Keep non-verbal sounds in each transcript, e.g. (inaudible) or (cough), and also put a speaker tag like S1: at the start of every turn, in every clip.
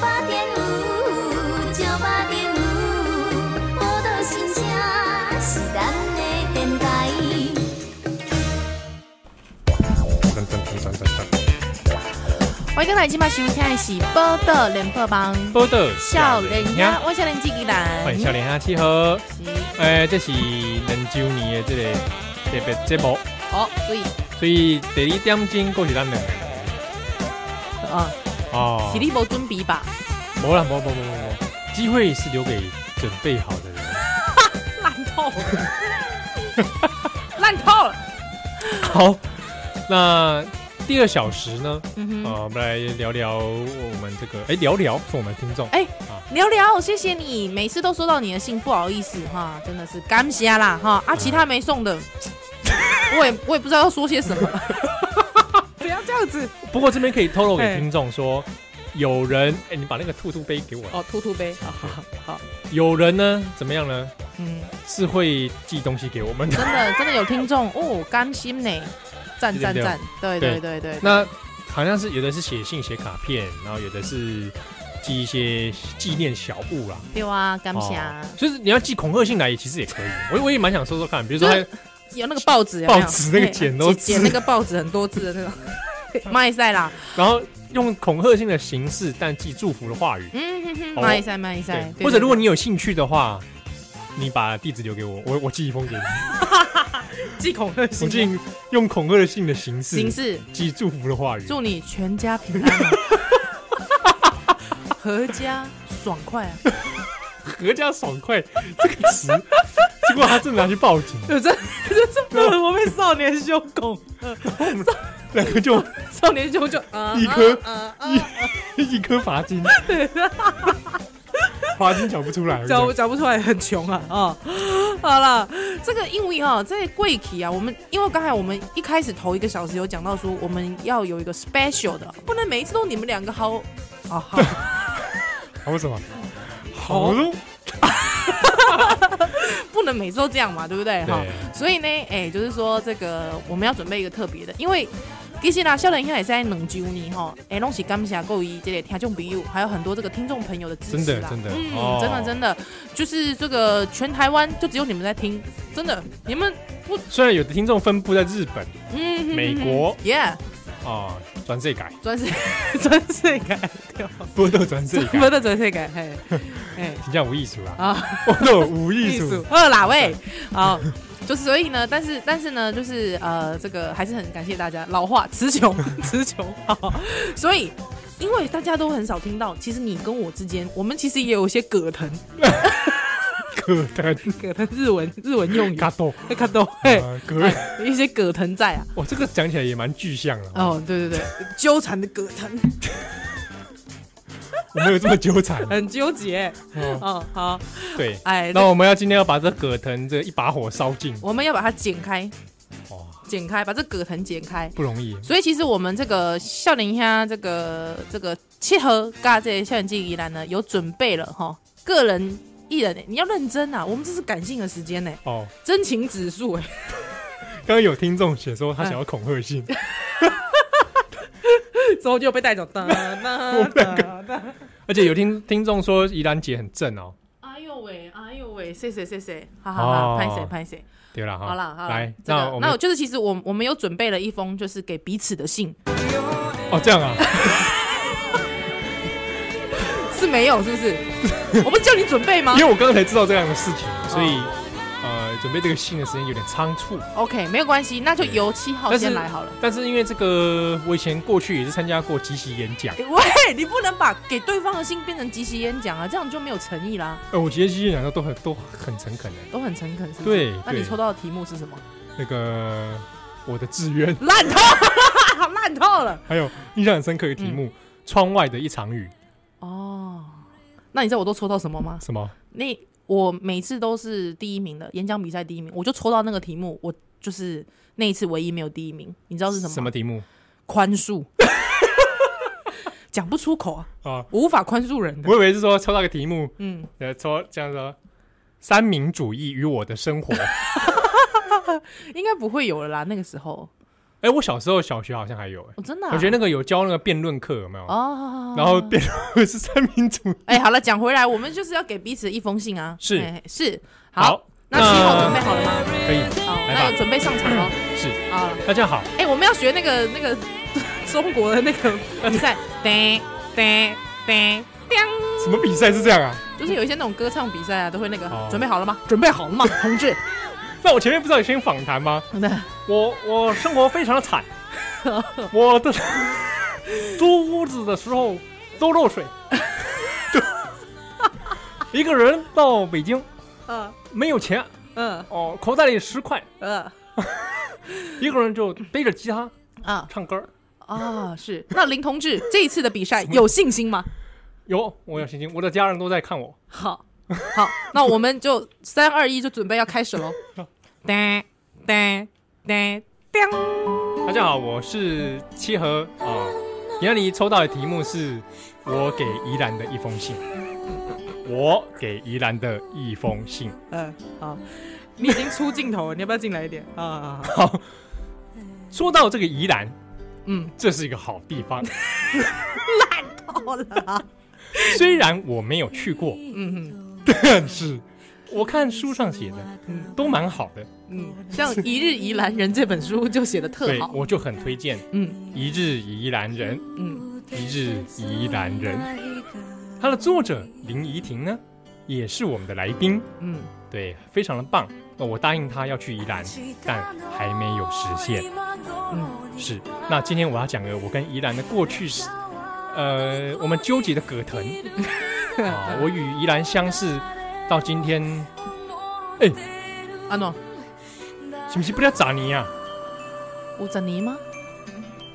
S1: 巴电舞，石巴电舞，舞蹈新声是咱的电台。
S2: 噔噔噔噔噔噔，
S3: 我刚来即马收听的是《报道联播网》，
S2: 报道
S3: 少年兄，我少年机器人，
S2: 欢迎少年兄七号。
S3: 是
S2: 诶、这是两周年的这个特别节目，
S3: 哦，所以
S2: 所以第二点钟过是咱两个人
S3: 啊，
S2: 哦
S3: 是你无准备吧？
S2: 无啦，无无无无无，机会是留给准备好的人。
S3: 烂
S2: 哦
S3: 透了， (laughs) 烂透了。
S2: 好，那第二小时呢？
S3: 嗯哼，
S2: 啊，我们来聊聊我们这个，哎，聊聊是我们听
S3: 嗯
S2: 众，
S3: 聊聊，谢谢你，每次都收到你的信，不好意思哈，真的是感谢啦哈
S2: 嗯
S3: 啊，其他没送的， (laughs) 我也我也不知道要说些
S2: (laughs)
S3: 什么。不要这样子
S2: 不过这边可以透露给
S3: 嘿
S2: 听众说，有人，哎，你把那个兔兔杯给我，
S3: 哦，兔兔杯，好好好好，
S2: 有人呢，怎么样呢？
S3: 嗯，
S2: 是会寄东西给我们的。
S3: 真的真的有听众哦，甘心呢，赞
S2: 对
S3: 赞
S2: 对
S3: 赞，对对对对，
S2: 那好像是有的是写信、写卡片，然后有的是寄一些纪念小物啦。
S3: 对啊，感谢啊
S2: 哦，就是你要寄恐吓信来，其实也可以。我我也蛮想说说看，比如说
S3: 就
S2: 他
S3: 是有那个报纸有没有，
S2: 报纸那个
S3: 嘿
S2: 剪多字
S3: 剪那个报纸很多字的那种，卖赛啦，
S2: (laughs) 然后用恐吓性的形式，但寄祝福的话语。
S3: 嗯哼哼，
S2: 哦
S3: 卖赛卖赛，对
S2: 或者如果
S3: 对
S2: 你有兴趣的话，你把地址留给我，我我寄一封给
S3: (laughs)
S2: 你。
S3: 对寄恐吓
S2: 我
S3: 信
S2: 寄用恐吓性的形
S3: 形
S2: 式
S3: 式，
S2: 寄祝福的话语。
S3: 祝你全家平安啊，阖家爽快啊，
S2: (laughs) 合家爽快这个词， (laughs) 结果他真的拿去报警，
S3: 这这这我被少年凶恐，
S2: 两个就
S3: 少年凶就啊
S2: 一颗
S3: 啊啊
S2: 嗯一一颗罚 (laughs) 金，罚金缴不出来，
S3: 讲讲不出来，很穷啊啊、 (laughs) 好了，这个英文哈，在贵体啊，我们因为刚才我们一开始头一个小时有讲到说，我们要有一个 special 的，不能每一次都你们两
S2: (laughs)
S3: 个好。啊好，
S2: 好什么？好咯，
S3: (laughs) 不能每次都这样嘛，对不对哈？
S2: 对，
S3: 所以呢，哎、就是说这个我们要准备一个特别的，因为其实啦，笑人现在也是在冷揪你哈，哎、拢是感谢各位这类听众朋友，还有很多这个听众朋友的支持啦，
S2: 真的真的
S3: 嗯，
S2: 哦
S3: 真的真的，就是这个全台湾就只有你们在听，真的，你们
S2: 虽然有的听众分布在日本
S3: 嗯，
S2: 美国
S3: ，Yeah，
S2: 啊，转世界，
S3: 转 (laughs) 世转世改掉，
S2: 波多转世
S3: 不
S2: 界，
S3: 是转世改，嘿，
S2: (laughs)
S3: 嘿，
S2: 请叫无艺术啦，
S3: 啊，
S2: 波多无 (laughs) 艺
S3: 艺
S2: 术
S3: 术，二啦喂，好。就是所以呢，但是但是呢，就是呃，这个还是很感谢大家。老话，词
S2: (laughs)
S3: 穷，词穷。好，所以因为大家都很少听到，其实你跟我之间，我们其实也有一些葛藤，
S2: 葛藤
S3: 葛藤日文日
S2: (laughs)
S3: 文用语，
S2: 嘎豆，
S3: 看懂？嘿，
S2: 呃葛，
S3: 有一些葛藤在啊。
S2: 我这个讲起来也蛮具象的哦，
S3: 哦，对对对，纠缠的葛藤，
S2: 我没有这么纠 (laughs) 缠
S3: 很纠结。
S2: 哦，
S3: 哦，好，
S2: 对。
S3: 哎，
S2: 那我们要今天要把这葛藤这一把火烧尽，
S3: 我们要把它剪开，
S2: 哇，
S3: 剪开，把这葛藤剪开。
S2: 不容易。
S3: 所以其实我们这个笑脸虾啊这个这个契合嘎这笑脸记依然呢有准备了哈，个人艺人、你要认真啊，我们这是感性的时间呢、
S2: 哦，
S3: 真情指数 (laughs) 哎、
S2: 刚刚有听众写说他想要恐吓信，
S3: 之后就被带走。哒哒哒哒。
S2: 而且有听听众说怡兰姐很正哦，
S3: 哎呦喂，哎呦喂，谢谢谢谢，好
S2: 哦
S3: 好好，拍谁拍谁，
S2: 对了哈，
S3: 好啦好啦，
S2: 来，
S3: 这
S2: 那
S3: 个
S2: 我
S3: 那
S2: 们
S3: 我就是其实我我们有准备了一封就是给彼此的信，
S2: 哦这样啊，
S3: 是没有是不是？
S2: (laughs)
S3: 我不是叫你准备吗
S2: 因为我刚刚才知道这样的事情，所以呃准备这个信的时间有点仓促，
S3: ？OK，没有关系，那就由七号
S2: 但是
S3: 先来好了。
S2: 但是因为这个我以前过去也是参加过即席演讲，
S3: (laughs) 喂，你不能把给对方的信变成即席演讲啊，这样就没有诚意啦。
S2: 呃我即席演讲的都很都很诚恳的，
S3: 都很诚恳，是不是？
S2: 对
S3: 嗯那你
S2: 对
S3: 抽到的题目是什么？
S2: 那个我的志愿，
S3: 烂透了，烂透了。
S2: 还有印象很深刻的题
S3: 嗯
S2: 目，窗外的一场雨，
S3: 哦，那你知道我都抽到什么吗？
S2: 什么？
S3: 那我每次都是第一名的，演讲比赛第一名，我就抽到那个题目，我就是那一次唯一没有第一名。你知道是什么？
S2: 什么？题目
S3: 宽恕。讲不出口啊，
S2: 啊？
S3: 我无法宽恕人的。
S2: 我以为是说抽到个题目，
S3: 嗯，
S2: 呃，抽这样说，三民主义与我的生活，
S3: 应该不会有了啦。那个时候，
S2: 哎，我小时候小学好像还有哎，
S3: 我真的啊，
S2: 我觉得那个有教那个辩论课有没有？
S3: 哦，
S2: 然后辩论是三民主义。
S3: 哎，好了，讲回来，我们就是要给彼此一封信啊，
S2: 是
S3: 哎是，
S2: (laughs) 好，
S3: 那七号准备好了吗？
S2: 可以，
S3: 哦，
S2: 来
S3: 那
S2: 吧
S3: 有准备上场喽。
S2: 是
S3: 好，
S2: 大家好，
S3: 哎，我们要学那个那个中国的那个比赛，噔噔噔噔，
S2: 什么比赛是这样啊？
S3: 就是有一些那种歌唱比赛啊，都会那个
S2: 好
S3: 准备好了吗？准备好了吗，同 (laughs) 志？
S2: 那我前面不是有先访谈吗？
S3: 对，
S2: 我我生活非常的
S3: (laughs)
S2: 惨，我的租屋子的时候都漏
S3: (laughs)
S2: 水，一个人到北京
S3: 嗯
S2: 没有钱
S3: 嗯
S2: 哦，口袋里十块，
S3: 嗯
S2: 一个人就背着吉他
S3: 啊。
S2: 唱歌。
S3: 啊，是。那林同志这一次的比赛有信心吗？
S2: 有，我有信心，我的家人都在看我。
S3: 好，好， (laughs) 那我们就三二一，就准备要开始 (laughs) 喽。噔噔噔噔，
S2: 大家好，我是七和啊，你那里抽到的题目是我给宜兰的一封信，我给宜兰的一封信。
S3: 嗯，好。你已经出镜头了，你要不要进来一点啊？
S2: 好，说到这个宜兰，
S3: 嗯，
S2: 这是一个好地方，
S3: 好了，
S2: 虽然我没有去
S3: (laughs)
S2: 过，
S3: 嗯
S2: 但是我看书上写的
S3: 嗯
S2: 都蛮好的，
S3: 嗯，像《一日宜兰人》这本书就写的
S2: 所
S3: 特
S2: 以
S3: 好，
S2: 我就很推荐
S3: 嗯
S2: 《一日宜兰人》。
S3: 嗯
S2: 一日宜兰人，它的作者林怡婷呢，也是我们的来宾，
S3: 嗯，
S2: 对，非常的棒。那我答应他要去宜兰，但还没有实现。
S3: 嗯
S2: 是，那今天我要讲的我跟宜兰的过去是，呃，我们纠结的葛
S3: (laughs)
S2: 藤啊，我与宜兰相识到今天，哎、
S3: 阿诺，
S2: 是不是不叫咋尼啊？
S3: 吴珍妮吗？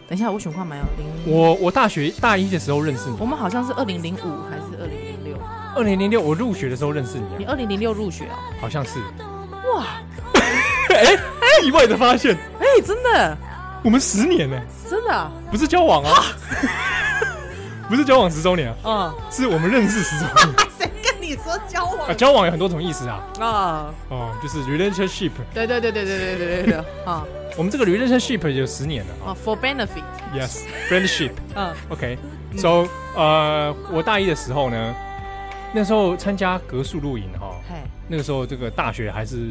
S3: 等一下，我选看没有零，
S2: 我我大学大一的时候认识你
S3: 我，们好像是二零零五还是二零零六？
S2: 二零零六我入学的时候认识你
S3: 你
S2: 啊，
S3: 二零零六入学哦？
S2: 好像是。
S3: 哇，
S2: (laughs) 意外的发现，
S3: 哎、真的，
S2: 我们十年呢、
S3: 真的啊，
S2: 不是交往啊， (laughs) 不是交往十周年啊，
S3: 嗯。
S2: 是我们认识十周
S3: (laughs)
S2: 年
S3: 谁跟你说交往
S2: 啊。交往有很多种意思啊，
S3: 啊？
S2: 哦，就是 relationship，
S3: 对对对对对对对对对啊
S2: 我们这个 relationship 有十年了啊。
S3: 啊，for benefit，
S2: Yes，friendship。
S3: 嗯
S2: OK，so、呃，我大一的时候呢，那时候参加格数露营哈、
S3: 嘿，
S2: 那个时候这个大学还是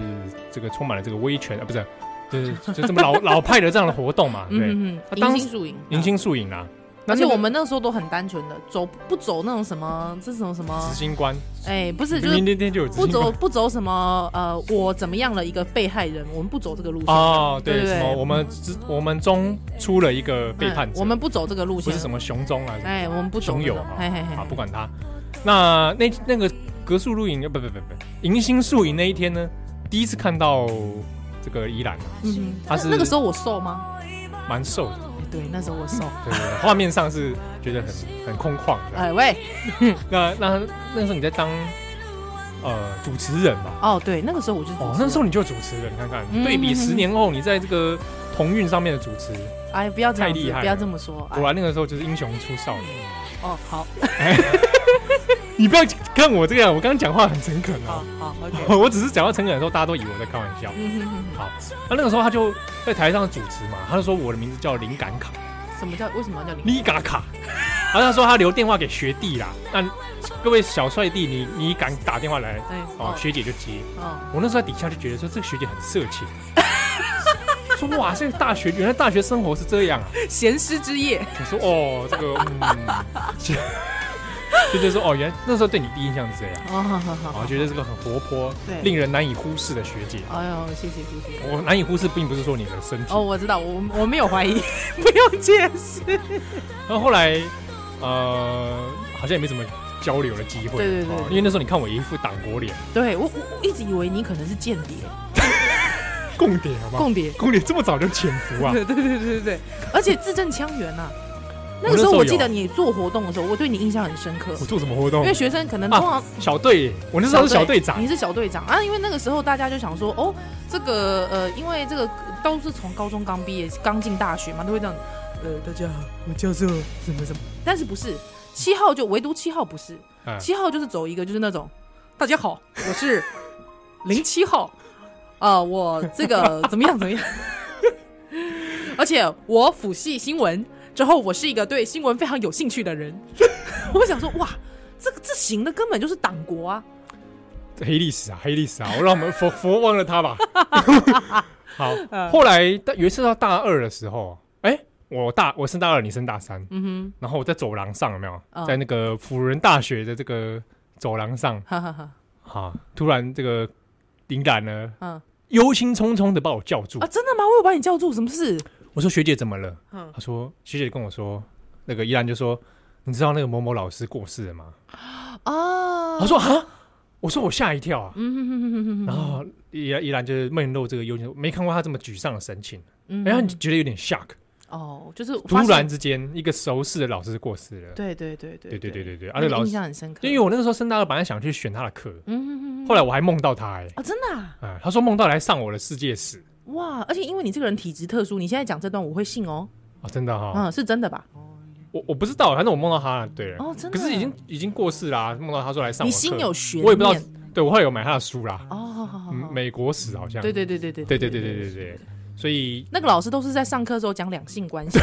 S2: 这个充满了这个威权啊，不是，就是就这么
S3: (laughs)
S2: 老老派的这样的活动嘛，对，
S3: 嗯嗯
S2: 那
S3: 嗯，
S2: 当
S3: 迎新树影，
S2: 迎新宿营啦、那那
S3: 而且
S2: 个
S3: 我们那时候都很单纯的，走不走那种什么，这是什么什么
S2: 执，行官，
S3: 哎，不是，就
S2: 明明
S3: 是
S2: 天天就有执
S3: 不
S2: 行
S3: 走
S2: 官。
S3: 不走什么呃，我怎么样了一个被害人，我们不走这个路线。
S2: 哦，对，
S3: 对对
S2: 什么？
S3: 对
S2: 我们之我们中出了一个背叛
S3: 嗯
S2: 者，
S3: 我们不走这个路
S2: 不
S3: 线
S2: 是。什么熊中啊，
S3: 哎，我们不走
S2: 熊
S3: 那
S2: 友
S3: 种。
S2: 啊
S3: 嘿嘿，
S2: 啊，不
S3: 嘿，
S2: 管他。那那那个格树露营，呃不不不不，迎新宿营那一天呢，第一次看到这个依兰，
S3: 嗯
S2: 他
S3: 哼，
S2: 是
S3: 那那个时候我瘦吗？
S2: 蛮瘦的，
S3: 哎对，那时候我瘦。
S2: 对对对，啊画面上是觉得很很空旷的。
S3: 哎喂，
S2: 那那那时候你在当呃主持人吧？
S3: 哦对，那个时候我就是
S2: 哦
S3: 主，持
S2: 那时候
S3: 人
S2: 你就主持人，看看
S3: 嗯
S2: 对比十年后你在这个同运上面的主持，
S3: 哎不要这样
S2: 太厉
S3: 子，
S2: 害了
S3: 不要这么说。哎
S2: 果然那个时候就是英雄出少年。
S3: 哦好，
S2: 你不要看我这个，我刚刚讲话很诚恳
S3: 好
S2: 啊，
S3: 好，OK。
S2: 我只是讲话诚恳的时候，大家都以为我在开玩笑。
S3: 嗯哼哼
S2: 好，那那个时候他就在台上主持嘛，他就说我的名字叫灵感卡，
S3: 哼，什么叫为什么要叫你？
S2: 丽嘎卡。然后他说他留电话给学弟啦，那各位小帅弟，你你敢打电话来，
S3: 对，
S2: 哦，学姐就接。
S3: 哦，
S2: 我那时候在底下就觉得说这个学姐很色情， (laughs) 说哇，这个大学原来大学生活是这样啊。
S3: 闲诗之夜，
S2: 我说哦，这个嗯， (laughs) 就觉得说哦，原来那时候对你第一印象是这样。
S3: 哦，好好好，
S2: 啊，觉得这个很活泼
S3: 对，
S2: 令人难以忽视的学姐。
S3: 哎呦，谢谢谢谢。
S2: 我难以忽视，并不是说你的身体
S3: 哦，。我知道，我我没有怀
S2: (laughs)
S3: 疑，不用解释。
S2: 然后后来，呃，好像也没什么交流的机会。
S3: 对对对
S2: 哦因为那时候你看我一副党国脸，
S3: 对我我我一直以为你可能是间谍、
S2: 共谍好吗？
S3: 共谍， (laughs)
S2: 共谍这么早就潜伏啊？
S3: 对对对对对对，而且字正腔圆呐、
S2: 我那
S3: 那个时
S2: 时候
S3: 候
S2: 有
S3: 我记得你做活动的时候，我对你印象很深刻，
S2: 我做啊什么活动
S3: 因为？学生可能通常
S2: 小队，我那时候是小队长
S3: 你。是小队长啊，因为那个时候大家就想说，哦，这个呃，因为这个都是从高中刚毕业、刚进大学嘛，都会这样，呃，大家好，我叫做什么什么，但是不是七号就唯独七号不是
S2: 嗯，
S3: 七、号就是走一个就是那种，大家好，我
S2: (laughs)
S3: 是
S2: (laughs)
S3: 零七号，呃，我这个怎么样怎么样，而且我辅系新闻之后，我是一个对新闻非常有兴趣
S2: (laughs)
S3: 的人。我想说，哇，这个这行的根本就是党国啊！
S2: 黑历史啊，黑历史啊，我让我们佛佛忘了
S3: (laughs)
S2: 他吧。好，
S3: 嗯
S2: 后来到有一次到大二的时候，哎、我大我升大二，你升大三，
S3: 嗯
S2: 然后我在走廊上有没有，
S3: 嗯
S2: 在那个辅仁大学的这个走廊
S3: (laughs)
S2: 上，
S3: 哼，哈哈哈，
S2: 哈、突然这个灵感呢，
S3: 嗯
S2: 忧心忡忡的把我叫住
S3: 啊，，真的吗？我有把你叫住，什么事？
S2: 我说学姐怎么了？
S3: 嗯
S2: 她说学姐跟我说，那个依然就说，你知道那个某某老师过世了吗？
S3: 哦，
S2: 我说啊，我说我吓一跳啊，
S3: 嗯哼哼哼哼哼，
S2: 然后依然依然就是面露这个忧心，没看过他这么沮丧的神情，
S3: 嗯
S2: 哎然后你觉得有点 shock，
S3: 哦，就是
S2: 突
S3: 发现
S2: 然，之间一个熟识的老师过世了，
S3: 对对对对
S2: 对对对对对，而且
S3: 那个
S2: 老
S3: 印
S2: 师，
S3: 象很深刻，
S2: 因为我那个时候升大二，本来想去选他的课，
S3: 嗯哼哼哼
S2: 后来我还梦到他，哎，
S3: 哦，真的啊
S2: 啊，他说梦到来上我的世界史，
S3: 哇！而且因为你这个人体质特殊，你现在讲这段我会信哦，
S2: 啊，真的哈，
S3: 嗯，是真的吧？
S2: 我我不知道，反正我梦到他了，对了，
S3: 哦真的
S2: 可是已经已经过世啦，梦到他说来上我
S3: 你
S2: 的
S3: 心
S2: 课
S3: 有悬念，
S2: 我也不知道，对我后来有买他的书啦，
S3: 哦，好好好好，
S2: 嗯美国史好像，
S3: 对对对对对
S2: 对对对对对对，所以
S3: 那个老师都是在上课的时候讲两性
S2: (laughs)
S3: 关系，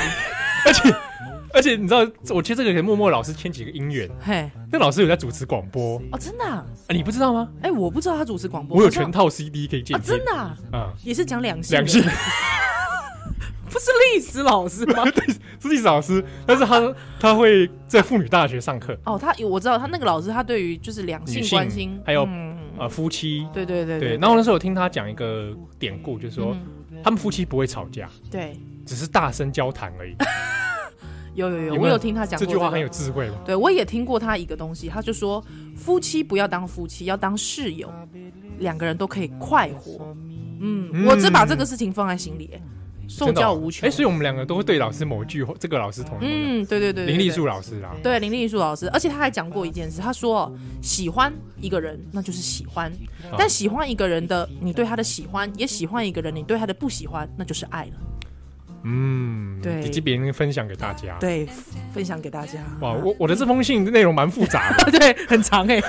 S2: 而且你知道，我觉得这个给默默老师牵起一个姻缘，
S3: 嘿，
S2: 那老师有在主持广播
S3: 哦，真的、啊，
S2: 啊，你不知道吗？
S3: 哎、我不知道他主持广播，
S2: 我有
S3: 知道
S2: 全套 CD 可以借
S3: 啊，
S2: 你
S3: 真的、啊、
S2: 啊，
S3: 也是讲两性，
S2: 两性，
S3: (laughs) 不是历史老师吗？
S2: 是历史老师，但是他他会在妇女大学上课，
S3: 哦，他我知道他那个老师，他对于就是两
S2: 女
S3: 性
S2: 性
S3: 关心，
S2: 还有
S3: 嗯，
S2: 啊，夫妻。
S3: 对对对
S2: 对，
S3: 对，
S2: 然后那时候我听他讲一个典故，就是说
S3: 嗯
S2: 他们夫妻不会吵架，
S3: 对，
S2: 只是大声交谈而已。
S3: 有有有，
S2: 有没
S3: 我
S2: 有
S3: 有听他讲
S2: 这
S3: 过
S2: 句话
S3: 个
S2: 很有智慧嘛。
S3: 对，我也听过他一个东西，他就说夫妻不要当夫妻，要当室友，两个人都可以快活。嗯，
S2: 嗯
S3: 我真把这个事情放在心里，哎受
S2: 真的哦
S3: 教无穷。
S2: 哎，所以我们两个都会对老师某句话，这个老师同一个人
S3: 嗯，对对对，对
S2: 林立
S3: 对
S2: 树老师啦，
S3: 对林立树老师，而且他还讲过一件事，他说哦喜欢一个人那就是喜欢，
S2: 啊
S3: 但喜欢一个人的你对他的喜欢，也喜欢一个人你对他的不喜欢，那就是爱了。
S2: 嗯，
S3: 对
S2: 以及别人分享给大家。
S3: 对，分享给大家。
S2: 哇，我我的这封信内容蛮复杂的，
S3: (laughs) 对，很长
S2: (laughs)
S3: 哎、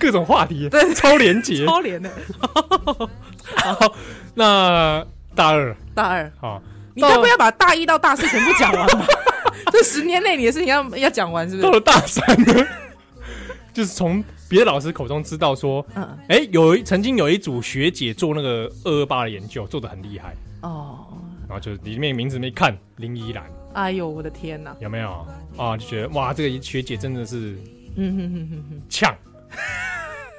S2: 各种话题，
S3: 对
S2: 超连结。
S3: 超连的。
S2: 好，那大二
S3: 大二，
S2: 好，
S3: 你该不要把大一到大四全部讲完吧？ (laughs) 这十年内你的事情要要讲完是不
S2: 到
S3: 是？
S2: 了大三呢， (laughs) 就是从别的老师口中知道说，
S3: 嗯，
S2: 哎、有一曾经有一组学姐做那个二二八的研究，做的很厉害，
S3: 哦，
S2: 然后就里面名字没看林依兰
S3: 哎呦，我的天哪！
S2: 有没有啊？就觉得哇，这个学姐真的是
S3: 嗯哼哼哼哼，
S2: 呛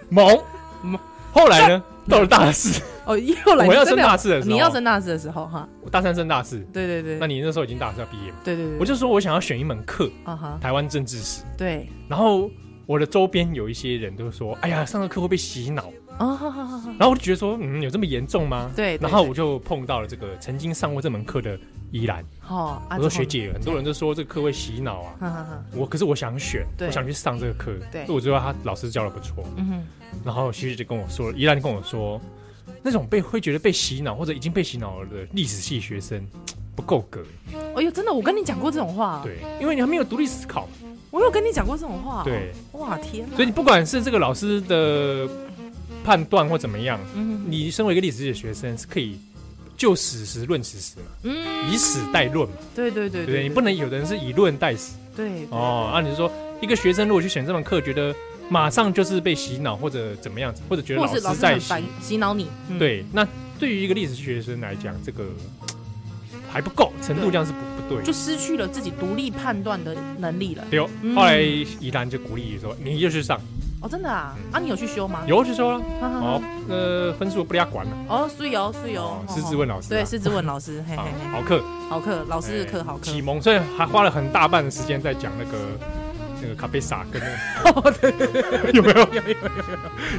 S2: 猛
S3: 猛。
S2: 后来呢，到了大
S3: (laughs)
S2: 四，
S3: 哦，又来，
S2: 我要
S3: 真
S2: 升
S3: 的
S2: 大四的时候，
S3: 你要升大四的时候哈，
S2: 我大三升大四，
S3: 对对对，
S2: 那你那时候已经大四要毕业嘛？
S3: 对对对，
S2: 我就说我想要选一门课，
S3: 啊哈，
S2: 台湾政治史。
S3: 对
S2: 然后我的周边有一些人都说，哎呀，上个课会被洗脑。
S3: 啊，哈哈哈哈
S2: 然后我就觉得说，嗯，有这么严重吗？
S3: 对对
S2: 然后
S3: 对
S2: 我就碰到了这个曾经上过这门课的依兰，
S3: 好，啊
S2: 我说学，姐，很多人都说这个课会洗脑啊
S3: 之。后呢哈哈哈，
S2: 我可是我想选，
S3: 对
S2: 我想去上这个课，
S3: 对
S2: 所以我觉得他老师教的不错。
S3: 嗯哼，
S2: 然后学姐就跟我说，依兰跟我说，那种被会觉得被洗脑或者已经被洗脑了的历史系学生不够格，
S3: 哎呦，真的，我跟你讲过这种话，，
S2: 对，因为你还没有独立思考，
S3: 我有跟你讲过这种话，，
S2: 对，
S3: 哇天哪，
S2: 所以你不管是这个老师的判断或怎么样，
S3: 嗯
S2: 你身为一个历史系的学生是可以就史实论史实嘛，
S3: 嗯，
S2: 以史代论嘛，
S3: 对对
S2: 对
S3: 对
S2: 不对？你不能有的人是以论代史
S3: 对对
S2: 哦，啊，你是说一个学生如果去选这门课，觉得马上就是被洗脑或者怎么样子，或者觉得
S3: 或是老
S2: 师
S3: 师
S2: 在
S3: 很
S2: 洗
S3: 烦，洗脑你，嗯，
S2: 对，那对于一个历史系学生来讲，这个嘖还不够，程度这样是不不对的
S3: 就。失去了自己独立判断的能力了。
S2: 对哦
S3: 嗯，
S2: 后来宜兰就鼓励说：“你就去上，
S3: 哦，真的啊？啊，你有去修吗？
S2: 嗯有去说了，
S3: 哈哈哈
S2: 哦，呃，分数不给他管了，
S3: 哦，是有是有，
S2: 师资
S3: 问
S2: 问老师啊，
S3: 对，是志文老师，嘿嘿
S2: 啊
S3: 嘿，
S2: 好课，
S3: 好课，老师的
S2: 哎
S3: 课好课
S2: 启，蒙，所以还花了很大半的时间在讲那个那个卡贝萨跟那
S3: (laughs)
S2: 个有没有 (laughs) 有有有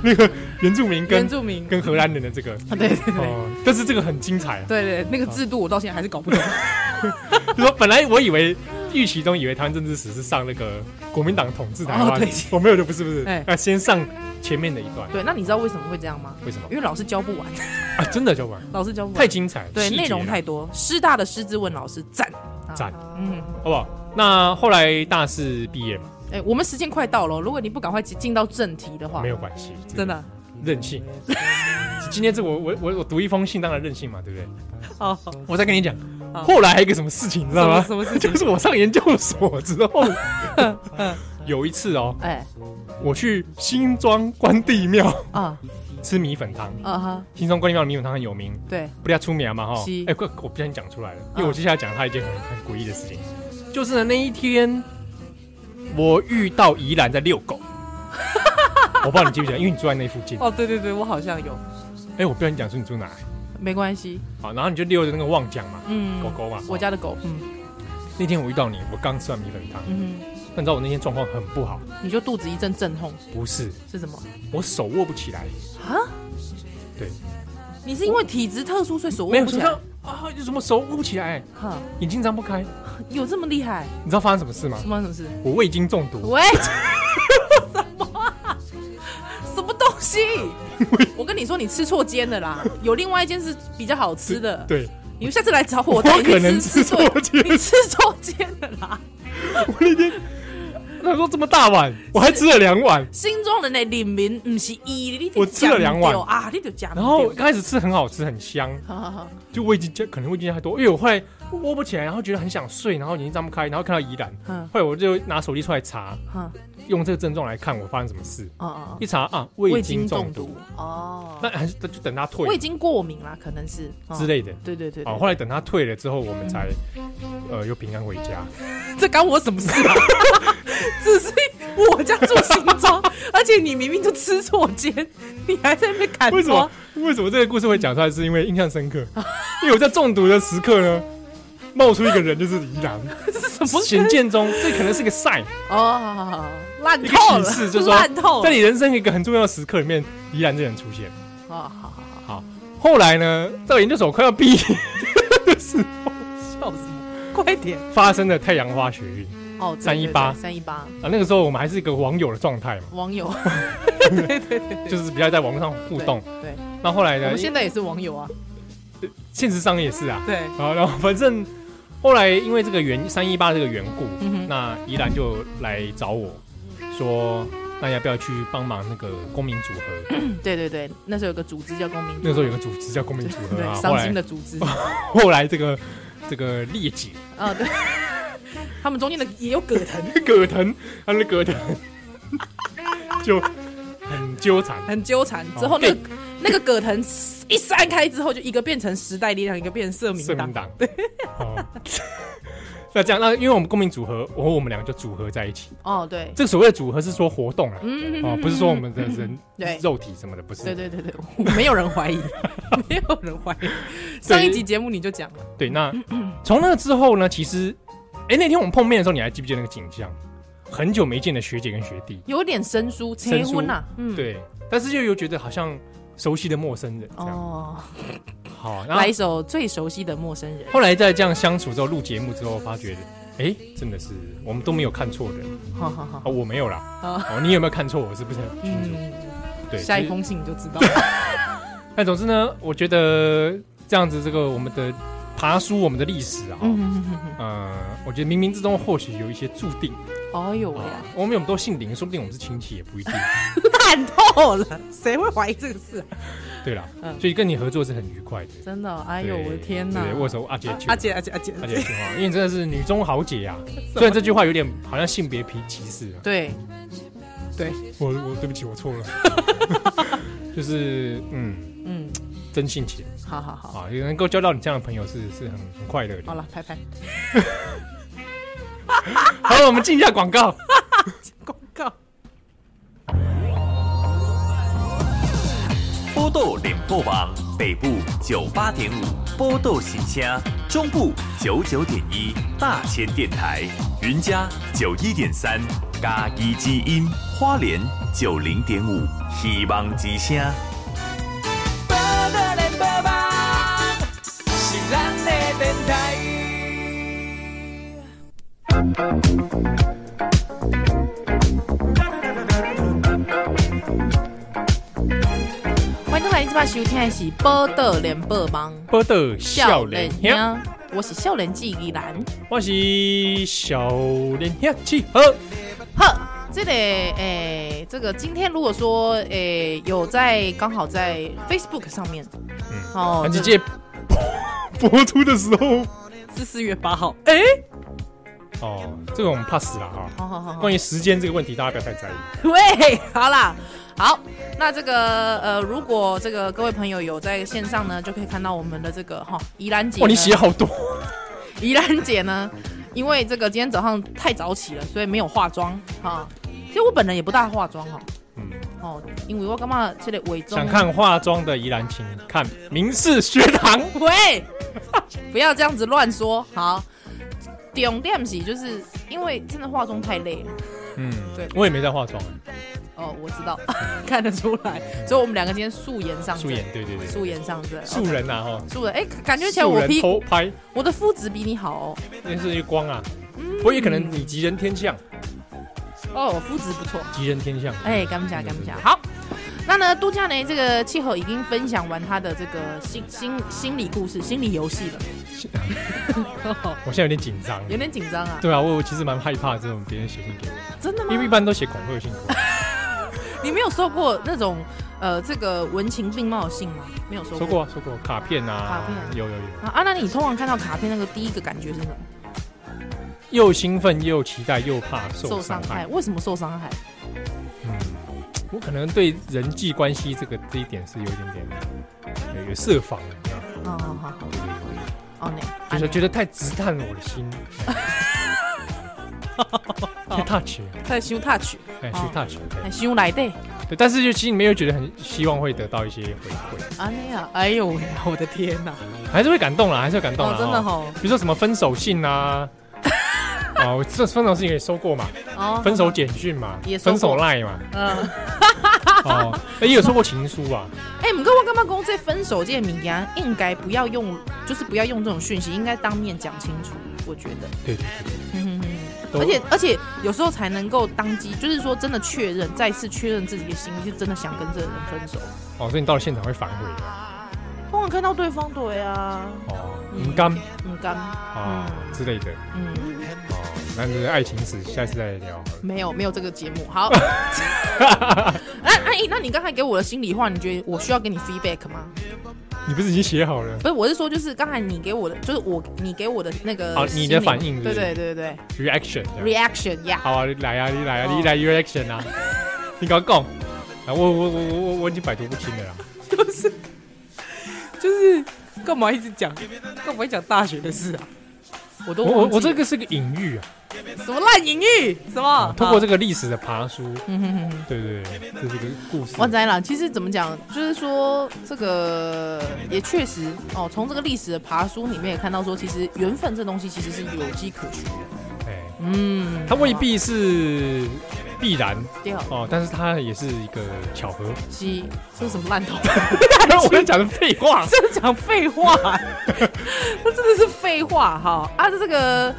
S2: 那个原住民
S3: 原
S2: 跟
S3: 住民， (laughs)
S2: 跟荷兰人的这个
S3: 对对对
S2: 哦，但是这个很精彩啊，
S3: 对对，那个制度我到现在还是搞不懂。
S2: 就说本来我以为预期中以为台湾政治史是上那个国民党统治台
S3: 哦
S2: 湾
S3: 对，
S2: 我没有就不是不是
S3: 哎，
S2: 那先上前面的一段，
S3: 对，那你知道为什么会这样吗？
S2: 为什么
S3: 因为老师教不完，
S2: 啊？真的就玩
S3: 老师教不完，
S2: 太精彩，
S3: 对
S2: 细节啊
S3: 内
S2: 啦
S3: 容太多。师大的师资问老师赞啊
S2: 赞，
S3: 嗯，
S2: 好不好？那后来大四毕业嘛，
S3: 哎，我们时间快到了，如果你不赶快进进到正题的话
S2: 没，有关系，这个
S3: 真的
S2: 任性。 (laughs) 今天这我我我我读一封信，当然任性嘛，对不对？
S3: 哦，
S2: 我再跟你讲，
S3: 好
S2: 后来还有一个什么事情，你知道吗？
S3: 什么什么事情
S2: 就是我上研究所之
S3: (laughs)
S2: 后，有一次哦，
S3: 哎
S2: 我去新庄关帝庙
S3: 啊
S2: 吃米粉汤，
S3: 啊哈，
S2: 新庄关帝庙的米粉汤很有名，
S3: 对，
S2: 不要出名嘛哈
S3: 是。嗯
S2: 哎，快，我不小心讲出来了，因为我接下来讲他一件很很诡异的事情，就是呢那一天我遇到宜兰在遛
S3: (laughs)
S2: 狗，我不知道你记不记得，因为你住在那附近。
S3: 哦对对对，我好像有，
S2: 哎，我不小心讲出你住哪，
S3: 没关系，
S2: 好，然后你就遛着那个旺江嘛，
S3: 嗯，
S2: 狗狗嘛。
S3: 我家的狗，嗯
S2: 那天我遇到你，我刚吃完米粉汤，
S3: 嗯
S2: 但你知道我那天状况很不好，
S3: 哼，你就肚子一阵阵痛，
S2: 不是
S3: 是什么
S2: 我手握不起来，
S3: 啊？
S2: 对，
S3: 你是因为体质特殊，所以手
S2: 没
S3: 握
S2: 有
S3: 不起
S2: 手
S3: 来
S2: 上？啊，有什么手握不起来，哎
S3: 哈，
S2: 眼睛张不开，
S3: 有这么厉害？
S2: 你知道发生什么事吗
S3: 什？么什么事？
S2: 我味精中毒，
S3: 喂，什么啊？什么东西？我跟你说，你吃错间了啦！有另外一间是比较好吃的，
S2: 对，
S3: 你们下次来找我，我带你
S2: 可
S3: 去
S2: 能吃
S3: 吃错
S2: 错间
S3: 你吃错间了啦！
S2: 我那天他说这么大碗，我还吃了两碗，
S3: 新庄人的领民不是一，你就
S2: 我吃了两碗
S3: 讲不对啊，你就讲不对。
S2: 然后刚开始吃很好吃，很香，
S3: 好好好，
S2: 就味精加可能味精加太多，因为我后来握不起来，然后觉得很想睡，然后眼睛张不开，然后看到宜兰，
S3: 嗯
S2: 后来我就拿手机出来查，
S3: 哼，
S2: 用这个症状来看我发生什么事，
S3: 哦哦，
S2: 一查啊
S3: 哦
S2: 味精中毒，
S3: 哦
S2: 那，还是就等它
S3: 味
S2: 退
S3: 精过敏啦，可能是
S2: 之。
S3: 哦
S2: 类的。
S3: 对对对，对
S2: 哦，后来等它退了之后，我们才呃又平安回家。
S3: 这干我什么事啊？ (laughs) 只是我家住新庄，而且你明明就吃错间，你还在那边砍
S2: 为什么
S3: 瓜？
S2: 为什么这个故事会讲出来？是因为印象深刻，因为我在中毒的时刻呢，冒出一个人就是宜兰，
S3: 这是什么
S2: 显见中，这可能是个 sign，
S3: 哦，烂
S2: 一个
S3: 透
S2: 启
S3: 了，
S2: 示，就是说
S3: 烂透
S2: 在
S3: 了。
S2: 你人生一个很重要的时刻里面，宜兰这个人出现。
S3: 哦，好好好，
S2: 后来呢，在我研究所快要毕业的时候，
S3: 笑死我！快点
S2: 发生了太阳花学运
S3: 哦，对
S2: 318
S3: 三一八
S2: 啊，那个时候我们还是一个网友的状态嘛，
S3: 网
S2: (laughs)
S3: 友
S2: 就是比较在网络上互
S3: 对
S2: 动。
S3: 对，
S2: 那后来
S3: 我
S2: 呢
S3: 们，现在也是网友啊，
S2: 现实上也是啊，
S3: 对，
S2: 然后然后反正呃后来因为这个原三一八这个缘故，
S3: 嗯哼，
S2: 那宜兰就来找我说，那要不要去帮忙那个公民组合？
S3: 对对对，那时候有个组织叫公民
S2: 那时候有个组织叫公民组合啊。
S3: 对
S2: 后
S3: 伤心
S2: 来
S3: 的组织
S2: 后来这个这个烈姐
S3: 啊，
S2: (laughs)
S3: 对，他们中间的也有葛藤，
S2: 葛藤，他们的 (laughs) 葛藤就很纠缠。
S3: 很纠缠。
S2: 哦
S3: 之后那个
S2: 对
S3: 那个葛藤一散开之后，就一个变成时代力量，一个变成社民
S2: 社
S3: 党
S2: 民。党对。哦那这样，那因为我们公民组合，我和我们两个就组合在一起。
S3: 哦，对，
S2: 这个所谓的组合是说活动啊，
S3: 嗯
S2: 哦，不是说我们的人
S3: 对
S2: 肉体什么的，不是。
S3: 对对对对，我没有人怀疑，没有人怀疑。上一集节目你就讲了，
S2: 对，那从那之后呢，其实，哎、那天我们碰面的时候，你还记不记得那个景象？很久没见的学姐跟学弟，
S3: 有点生疏，
S2: 生
S3: 结
S2: 疏
S3: 婚呐，嗯，，
S2: 对，但是又有觉得好像熟悉的陌生人这样。
S3: 哦，
S2: 好，然后
S3: 来一首最熟悉的陌生人，
S2: 后来在这样相处之后，录节目之后，发觉，哎、真的是我们都没有看错人
S3: 好好好
S2: 啊，，我没有啦，
S3: 哦
S2: 哦，你有没有看错？我是不是很清楚？
S3: 嗯，
S2: 对，
S3: 下一
S2: 就是
S3: 封信你就知道了，
S2: 那总之呢，我觉得这样子，这个我们的爬书我们的历史啊，嗯、
S3: 嗯，嗯嗯
S2: 呃，我觉得冥冥之中或许有一些注定。
S3: 嗯哦呦喂
S2: 啊
S3: 啊，
S2: 我们有没有都姓林，说不定我们是亲戚也不一
S3: (laughs)
S2: 定。
S3: 烂透了，谁会怀疑这个事啊？
S2: 对啦，
S3: 嗯
S2: 所以跟你合作是很愉快的。
S3: 真的，哎
S2: 对
S3: 呦，我的天呐
S2: 对，！握手阿姐
S3: 啊
S2: 酒，
S3: 阿姐阿姐阿姐
S2: 阿姐酒啊，因为你真的是女中豪杰
S3: (laughs)
S2: 啊。虽然这句话有点好像性别歧歧视啊，
S3: 对对，
S2: 我我对不起，我错
S3: (laughs)
S2: 了。就是嗯，
S3: 嗯，
S2: 真性情
S3: 好好好，
S2: 啊，也能够交到你这样的朋友是是很很快乐
S3: 好
S2: 的。
S3: 了，拍拍
S2: 好了，我们进一下广告。
S3: 广告。
S4: 波豆联播网北部九八点五波豆新乡，中部九九点一大千电台，云嘉九一点三嘎一基因，花莲九零点五希望之声。
S5: 报道联播网是咱的电台。
S3: 欢迎来这摆收听的是《报道联播网》，
S2: 波的笑脸兄，
S3: 兄，我是笑脸纪依兰。
S2: 我是笑脸兄七和。
S3: 呵，这个诶、这个今天如果说诶、有在刚好在 Facebook 上面，
S2: 嗯
S3: 哦
S2: 直接播播出的时候
S3: 是四月八号。哎、
S2: 哦，这个我们 pass 了哈。
S3: 好好好好
S2: 关。于时间这个问题，大家不要太在意。
S3: 哦喂，好啦，好，那这个呃，如果这个各位朋友有在线上呢，就可以看到我们的这个哈宜兰姐呢。
S2: 哇，你写好多，
S3: 宜兰姐呢，因为这个今天早上太早起了，所以没有化妆哈。其实我本人也不大化妆哈，
S2: 嗯，
S3: 哦，因为我干嘛这里伪装？
S2: 想看化妆的宜兰，请看明氏学堂。
S3: 喂， (laughs) 不要这样子乱说。好，重点是就是因为真的化妆太累了。
S2: 嗯，
S3: 对
S2: 我也没在化妆，
S3: 哦，我知道， (laughs) 看得出来，所以我们两个今天素颜上阵，
S2: 素颜，对对对，
S3: 素颜上阵，哦
S2: 素人呐哈，
S3: 素人，哎、感觉起来
S2: 素
S3: 我
S2: 人
S3: 皮
S2: 偷拍，
S3: 我的肤质比你好哦，
S2: 那是一光啊。
S3: 嗯
S2: 不过也可能你吉人天相，
S3: 哦，我肤质不错，
S2: 吉人天相。
S3: 哎、感谢感谢，好。那呢，度假呢？这个气候已经分享完他的这个心心心理故事、心理游戏了，
S2: 我现在有点紧张。
S3: 有点紧张啊！
S2: 对啊，我我其实蛮害怕这种别人写信给我，
S3: 真的吗？
S2: 因为一般都写恐吓信给我。
S3: 你没有收过那种呃这个文情并茂的信吗？没有收过。
S2: 收过啊收过卡片啊
S3: 卡，片
S2: 有有有，
S3: 啊啊！那你通常看到卡片那个第一个感觉是什么？
S2: 又兴奋又期待又怕受伤害。
S3: 为什么受伤害？
S2: 嗯，我可能对人际关系这个这一点是有一点点有有设防，你知道吗
S3: 哦，好好好，哦，那
S2: 就是觉得太直探我的
S3: (laughs)
S2: 心，太 touch，了
S3: 太羞 touch，
S2: 哎，去
S3: 哦
S2: touch，哎
S3: 羞来对。
S2: 对，但是就其实没有觉得很希望会得到一些回馈，
S3: 啊那呀，哎呦喂， (laughs) 我的天哪！
S2: 还是会感动啦，还是会感动
S3: 哦
S2: 啦，，
S3: 真的
S2: 哦，
S3: 吼，
S2: 比如说什么分手信
S3: (laughs)
S2: 啊。哦，我这分手信也收过嘛，
S3: 哦，
S2: 分手简讯嘛
S3: 也，收
S2: 分
S3: 过
S2: 手赖嘛，
S3: 嗯， (laughs)
S2: 哦，哎也有收过情书啊，
S3: 哎，唔过我干嘛讲这分手这名言应该不要用，就是不要用这种讯息，应该当面讲清楚，我觉得。
S2: 对对
S3: 嗯哼哼
S2: 对，
S3: 而且而且有时候才能够当机，就是说真的确认，再次确认自己的心是真的想跟这个人分手。
S2: 哦，所以你到了现场会反悔的
S3: 通常看到对方对啊，
S2: 哦，
S3: 嗯
S2: 唔甘
S3: 唔甘，
S2: 啊之类的
S3: 嗯，
S2: 哦，那就是爱情史，下次再聊好了。
S3: 没有没有这个节目。
S2: (laughs)
S3: 好，那阿姨，那你刚才给我的心里话，你觉得我需要给你 feedback 吗？
S2: 你不是已经写好了？
S3: 不是，我是说，就是刚才你给我的，就是我你给我的那个
S2: 哦
S3: 心里
S2: 你的反应是不
S3: 对
S2: 是
S3: 对对对
S2: reaction 这
S3: 对
S2: 样
S3: ，reaction 呀、
S2: 好啊，你来啊，你来啊，
S3: 哦
S2: 你来 reaction
S3: (laughs)
S2: 啊，你搞讲啊，我我我我我已经百毒不侵了啦。
S3: 就是就是干嘛一直讲，干嘛一直讲大学的事啊？我都
S2: 我我
S3: 忘记
S2: 我这
S3: 了
S2: 个是个隐喻啊，
S3: 什么烂隐喻？什么？
S2: 通过
S3: 这，
S2: 这个历史的爬书，
S3: 嗯哼哼哼，
S2: 对对对，这是一个故事。
S3: 我知啦。其实怎么讲，就是说这个也确实哦，从这个历史的爬书里面也看到说，其实缘分这东西其实是有迹可循的。
S2: 哎，
S3: 嗯，
S2: 它未必是必然
S3: 掉
S2: 哦，但是它也是一个巧
S3: (laughs)
S2: 合。
S3: 鸡，这是什么烂头？ (laughs)
S2: 我在讲的废话。
S3: 这 (laughs) 是讲废话，啊那真的是废话哈啊！这个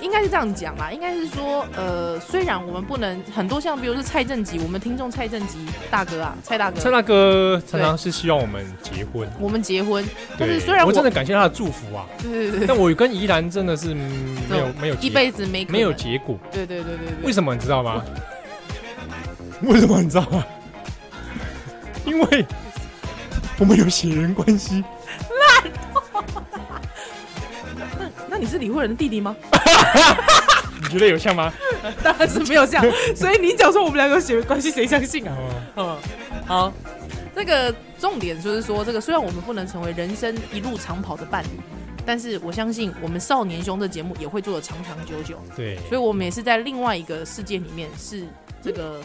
S3: 应该是这样讲啦，应该是说，呃，虽然我们不能很多像，比如说蔡正吉，我们听众蔡正吉大哥啊，蔡大
S2: 蔡
S3: 哥，
S2: 大哥常常是希望我们结婚，
S3: 我们结婚，但
S2: 对
S3: 是虽然
S2: 我
S3: 我
S2: 真的感谢他的祝福啊，
S3: 对对对对
S2: 但我跟宜兰真的是嗯没
S3: (laughs)
S2: 有没有
S3: 一
S2: 结
S3: 辈子没可能
S2: 没有，结果，
S3: 对对对对对，
S2: 为什么你知道
S3: (laughs)
S2: 吗？为什么你知道吗？ (laughs) 因
S3: (laughs)
S2: 为我们有血缘关系，
S3: 那你是李慧仁的弟弟吗？ (laughs)
S2: 你觉得有像吗？
S3: 当然是没
S2: (laughs)
S3: 有这样，所以你讲说我们两个有血缘关系，谁相信啊？
S2: 哦，
S3: 嗯，好，这个重点就是说，这个虽然我们不能成为人生一路长跑的伴侣，但是我相信我们少年兄这节目也会做的长长久久，
S2: 对，
S3: 所以我们也是在另外一个世界里面是这个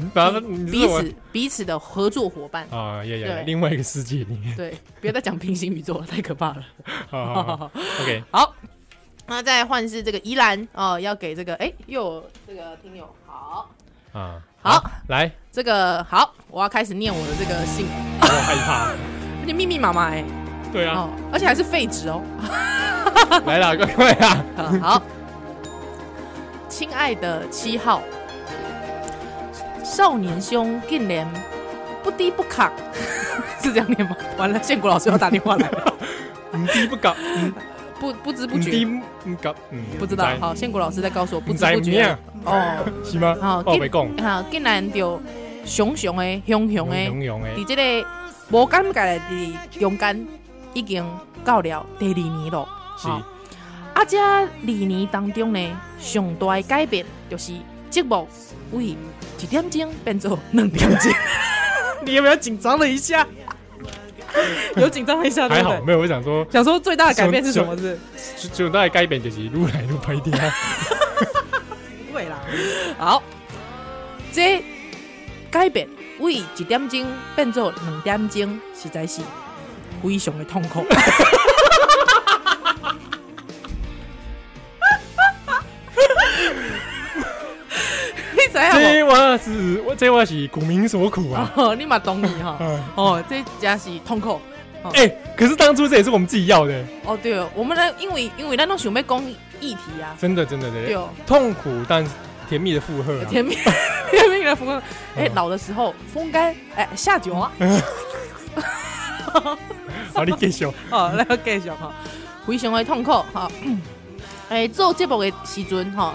S2: 你把它你
S3: 彼
S2: 知道我
S3: 此彼此的合作伙伴。
S2: 啊，也也
S3: 对
S2: 另外一个世界里面，
S3: 对，别再讲平行宇宙了，太可怕了。
S2: 好好好好，OK，
S3: 好，那再换是这个宜兰哦、要给这个哎、又有这个听友好，
S2: 啊，
S3: 好，
S2: 来，
S3: 这个好，我要开始念我的这个信，
S2: 我害怕，
S3: 而且密密麻麻哎、
S2: 对啊，
S3: 哦，而且还是废纸哦。 (laughs)
S2: 来啦，快快啦，
S3: 嗯好，亲爱的七号，少年兄竟然不低不卡， (laughs) 是这样念吗？完了，建国老师要打电话来 (laughs) 了，
S2: 你第一不搞，嗯
S3: 不不知不
S2: 你第一
S3: 觉，
S2: 不搞，嗯，
S3: 不知
S2: 知
S3: 道。好，建国老师在告诉我，不
S2: 不
S3: 知
S2: 知
S3: 不觉
S2: 咩
S3: 哦，
S2: 是吗？
S3: 好
S2: 我没讲，
S3: 好，竟然就熊熊的，熊熊的，
S2: 熊熊
S3: 伫
S2: 诶，
S3: 这个无感觉的中间已经到了第二年了。
S2: 是
S3: 好啊，这二年当中呢，上大的改变就是节目为一点钟变做两点钟。 (laughs) 你有没有紧张了一下？ (laughs) 有紧张了一下，对
S2: 还
S3: 不
S2: 好
S3: 对？
S2: 没有。我想说，
S3: 想说最大的改变是什么？是不是
S2: 就就大概改变就是撸来撸拍的啊。
S3: 不会啦。好，这改变为一点钟变做两点钟，实在是非常的痛苦。 (laughs) 你知影
S2: 这我是我这我是股民所苦啊。
S3: 无？哦，你嘛懂你哈？
S2: 嗯，
S3: 哦，这真是痛苦。
S2: 哎、可是当初这也是我们自己要的，
S3: 哦，对了，我们呢，因为因为咱拢想要讲议题啊，
S2: 真的真的真
S3: 对
S2: 的。
S3: 哦，
S2: 痛苦但甜蜜的负荷、啊。
S3: 甜 (laughs) 蜜甜蜜的风干，哎、
S2: 嗯
S3: 老的时候风干，哎、下酒啊。
S2: 好，啊你继续。
S3: (laughs) 好，咱哦继续哈，非常的痛苦哈。 (coughs) 诶、做节目的时阵哈，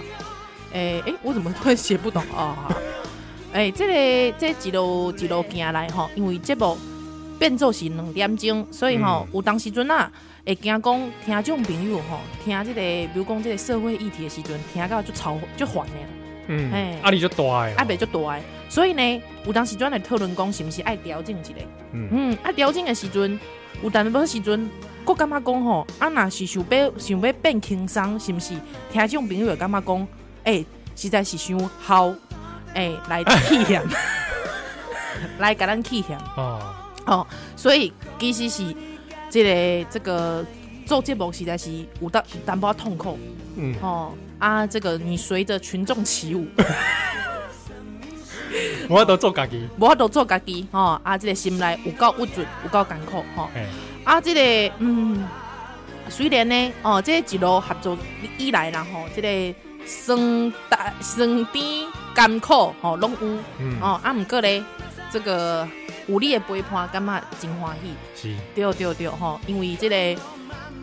S3: 诶、诶、我怎么突然写不懂哦？好 (laughs) 诶、这个这一路一路行来哈，因为节目变奏是两点钟，所以哈、
S2: 嗯
S3: 有当时阵啊，会惊讲听众朋友吼，听这个比如讲这个社会议题的时阵，听到就吵就烦的。哎
S2: 嗯，压力就大哎、
S3: 啊，袂足大诶，所以呢，有当时阵来讨论讲是毋是爱调整一下。
S2: 嗯
S3: 嗯，啊，调整诶时阵，有淡薄时阵，我感觉讲吼，啊，若是想要想要变轻松，是毋是？听众朋友会感觉讲，诶、实在是伤好，诶、来气嫌，来甲咱气嫌。
S2: 哦，
S3: 哦，所以其实是这个这个做节目实在是有淡有淡薄仔痛苦。
S2: 嗯，
S3: 哦啊，这个你随着群众起舞。
S2: 我都做家己。
S3: 无法度做家己吼、啊，即、个心内有够郁准，有够艰苦吼、
S2: 哎、
S3: 啊，即、个嗯，虽然呢，哦，即、个一路合作以来啦吼，即、个酸大酸甜甘苦吼拢有
S2: 嗯，
S3: 哦，啊，毋过咧，这个有你的陪伴，感觉真欢喜。
S2: 是，
S3: 对对对吼，因为这个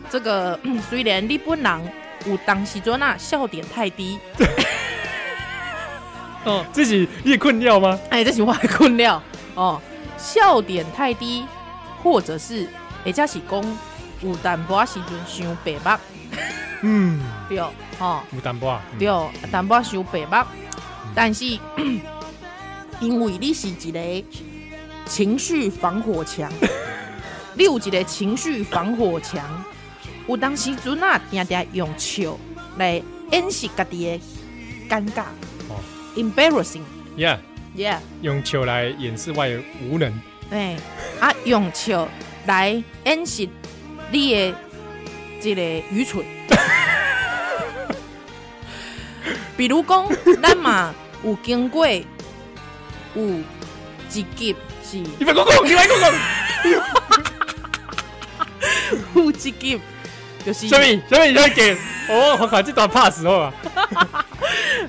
S3: 这个嗯虽然你本人有当时阵啊笑点太低，
S2: 哦，这是你的困扰吗？
S3: 哎，这是我的困扰哦，笑点太低，或者是或者是讲有淡薄仔时阵想白目
S2: 嗯，
S3: 对，哦
S2: 有淡薄啊。嗯
S3: 对，淡薄仔想白目，但是因为你是一个情绪防火墙，你有一个情绪防火墙，有当时阵啊，定定用笑来掩饰家己的尴尬、
S2: 哦
S3: e m b a r r a s s i n
S2: ，Yeah，
S3: g y e a h
S2: 用球来掩饰外的无能。
S3: 哎，啊，用笑来掩饰你的这个愚蠢。 (laughs) 比如讲，咱嘛有经过有一集是
S2: 你别讲讲，你别讲
S3: (laughs)
S2: 讲，
S3: 有一集，
S2: (laughs)
S3: 就是
S2: 小米，小米，小米给，哦，我靠，这段 pass 好
S3: (laughs)
S2: 啊。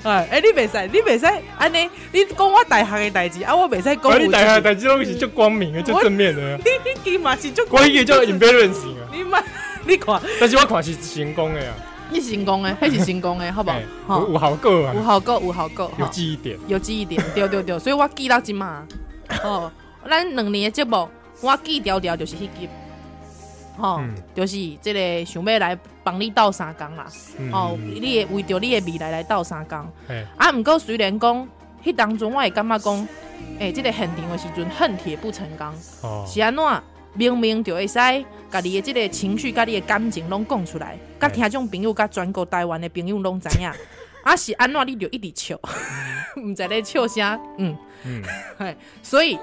S3: 哎、哎，你袂使，你袂使安尼，你讲我大学的代志，啊，我袂使讲
S2: 而
S3: 有
S2: 你
S3: 一集
S2: 大下代志拢是就光明
S3: (laughs)
S2: 的，就正面的。
S3: 你你起嘛是足
S2: 我迄个叫 embarrassing
S3: (laughs)
S2: 啊，
S3: 你嘛，你看，
S2: 但是我看是成功的啊，
S3: 你成功诶，迄是成功诶，好
S2: (laughs)
S3: 不好
S2: 哎？
S3: 吼
S2: 有有效果
S3: 有
S2: 啊，
S3: 效果，有效果，
S2: 有
S3: 吼
S2: 记忆点。
S3: 有记忆点，对对对，所以我记到今
S2: (laughs)
S3: 嘛。哦，咱两年的节目，我记条条就是迄集，哦，
S2: 嗯
S3: 就是这个想要来帮你斗三工啦，
S2: 嗯
S3: 哦，你会为着你的未来来斗三工。
S2: 哎，
S3: 啊，毋过虽然讲，迄当中我会感觉讲，诶、这个现场的时阵恨铁不成钢，
S2: 哦，
S3: 是啊安怎？明明就会使，家己的这个情绪、家己的感情拢讲出来，甲
S2: 嘿
S3: 听众朋友、甲全国台湾的朋友拢知影。啊是安怎你就一直笑， (laughs) 毋知咧笑啥，嗯，
S2: 嗯，
S3: 嘿，所以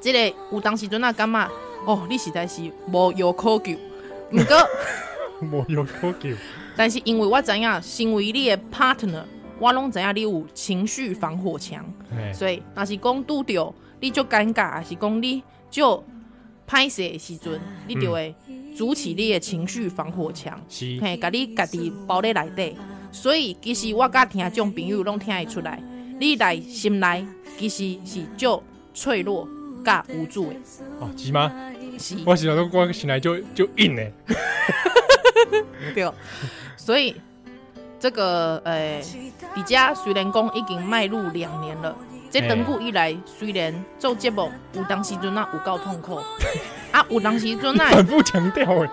S3: 这个有当时阵啊，感觉哦，你实在是无药可救。毋过， (laughs)
S2: 无有可救。
S3: 但是因为我知影，身为你的 partner，我拢知影你有情绪防火墙，
S2: 哎，
S3: 所以若是讲拄着你就尴尬，还是讲你就歹势的时阵，你就会筑起你的情绪防火墙。
S2: 是，
S3: 嘿，甲你家己包咧内底，所以其实我甲听众朋友拢听会出来，你内心内其实是足脆弱甲无助的，
S2: 哦，是吗？
S3: 是，
S2: 我想说，我醒来就就硬嘞。
S3: 对。所以这个诶，李家虽然讲已经迈入两年了，这
S2: 嘿
S3: 长久以来虽然做节目有当
S2: (laughs)
S3: 时阵啊有够痛苦，啊有当时阵啊
S2: 反复强调哎，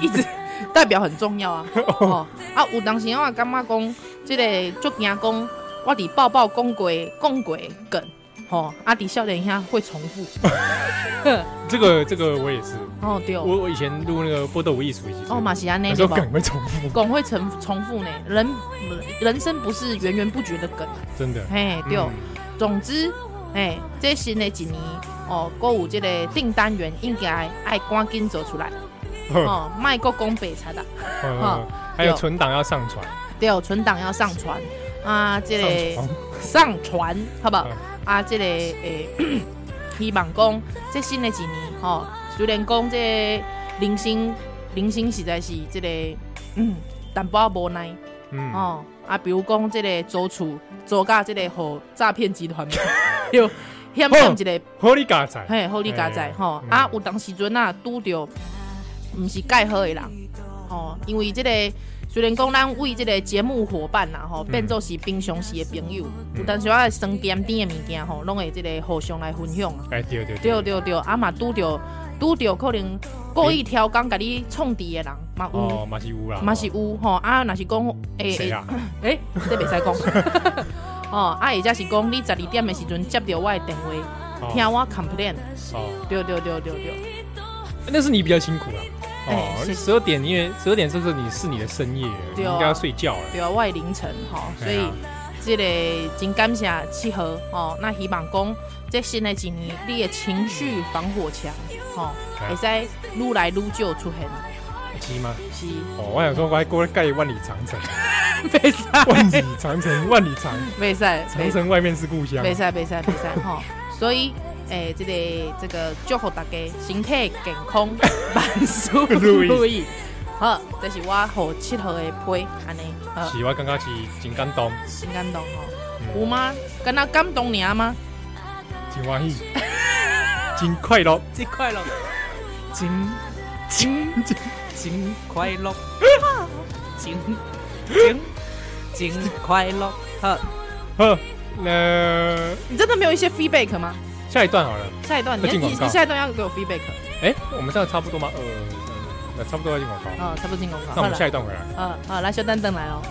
S3: 一直代表很重
S2: (laughs)
S3: 要啊。哦，啊，有当时我感觉讲，即、个足惊讲，我伫抱抱讲过讲过梗，吼、哦，啊，伫笑脸下会重复。
S2: 这个这个我也是，
S3: 哦，对哦，
S2: 我我以前录那个波豆舞艺术也是，
S3: 哦，嘛是安尼
S2: 有时
S3: 对
S2: 候
S3: 吧？
S2: 梗会重复，
S3: 梗会重重复呢，人人生不是源源不绝的梗，
S2: 真的。
S3: 嘿，对。
S2: 嗯
S3: 总之，哎、这新的一年哦，购有这个订单员应该爱赶紧做出来
S2: 呵
S3: 哦，卖个讲白菜啦，
S2: 呃
S3: 哦
S2: 还有
S3: 有
S2: 存档要上传，
S3: 对，存档要上传啊，这个
S2: 上
S3: 上传好不好
S2: 嗯？
S3: 啊，这个诶、 (coughs) 希望讲这新的一年哦，虽然讲这零星零星实在是这个嗯淡薄仔无奈
S2: 嗯，
S3: 哦。啊，比如讲，这个租厝租甲这个互诈骗
S2: (laughs)
S3: 集团， (laughs) 有险险一个
S2: 好你嘎仔，
S3: 嘿，好你加载吼
S2: 嗯
S3: 啊！有当时阵啊，拄着毋是介好的人吼，因为即、个虽然讲咱为即个节目伙伴呐
S2: 嗯
S3: 吼，变做是平常时的朋友，有当时我酸甜甜的物件吼，拢会即个互相来分享啊。
S2: 哎，对对
S3: 对，对对，啊嘛拄着拄着可能故意挑工甲你创敌的人嘛
S2: 哦，
S3: 有，
S2: 嘛是乌啦，
S3: 嘛、是有吼啊，若是讲诶
S2: 谁啊？
S3: 诶，这袂使讲。 (laughs) 哦，啊，或者是讲你十二点的时阵接到我的电话，
S2: 哦
S3: 听我 complain，
S2: 哦，
S3: 对对对对对，
S2: 那是你比较辛苦啦。
S3: 哎
S2: 哦，
S3: 是
S2: 十二点，因为十二点这是你是你的深夜，你
S3: 对啊
S2: 应该要睡觉了。
S3: 对啊，我的凌晨吼，所
S2: 嘿
S3: 以
S2: 啊
S3: 这个真感谢七号哦，那希望讲这新的一年你的情绪防火墙吼，
S2: 啊
S3: 会使愈来愈少出现，
S2: 鸡吗？ (laughs)
S3: 是
S2: 哦，我想说，我还过来盖万里长
S3: (laughs)
S2: 城，
S3: 袂使
S2: 万里长城，万里长，
S3: 袂使
S2: 长啊城外面是故乡。
S3: 袂使袂使袂使 (laughs) 吼，所以诶，这个这个祝福大家身体健康，万事
S2: 如意
S3: 如
S2: (laughs)
S3: 意。好，这是我和七号的批，安尼，好，
S2: 是，我刚刚是真感动，
S3: 真感动吼，
S2: 嗯
S3: 有吗？敢若感动尔吗？
S2: 真欢
S3: (laughs)
S2: 喜，真快乐。
S5: 真快乐，真真真真快乐，真真真快乐。好，
S2: 呵，那
S3: 你真的没有一些 feedback 吗？
S2: 下一段好了。
S3: 下一段，你
S2: 要进
S3: 你
S2: 广告
S3: 你下一段要给我 feedback，
S2: 哎，我们这样差不多吗？呃，嗯那差不多要进广告。
S3: 嗯，差不多进广告。
S2: 那我
S3: 好
S2: 们
S3: 了
S2: 下，一段回来。
S3: 嗯，好，来小丹登来哦。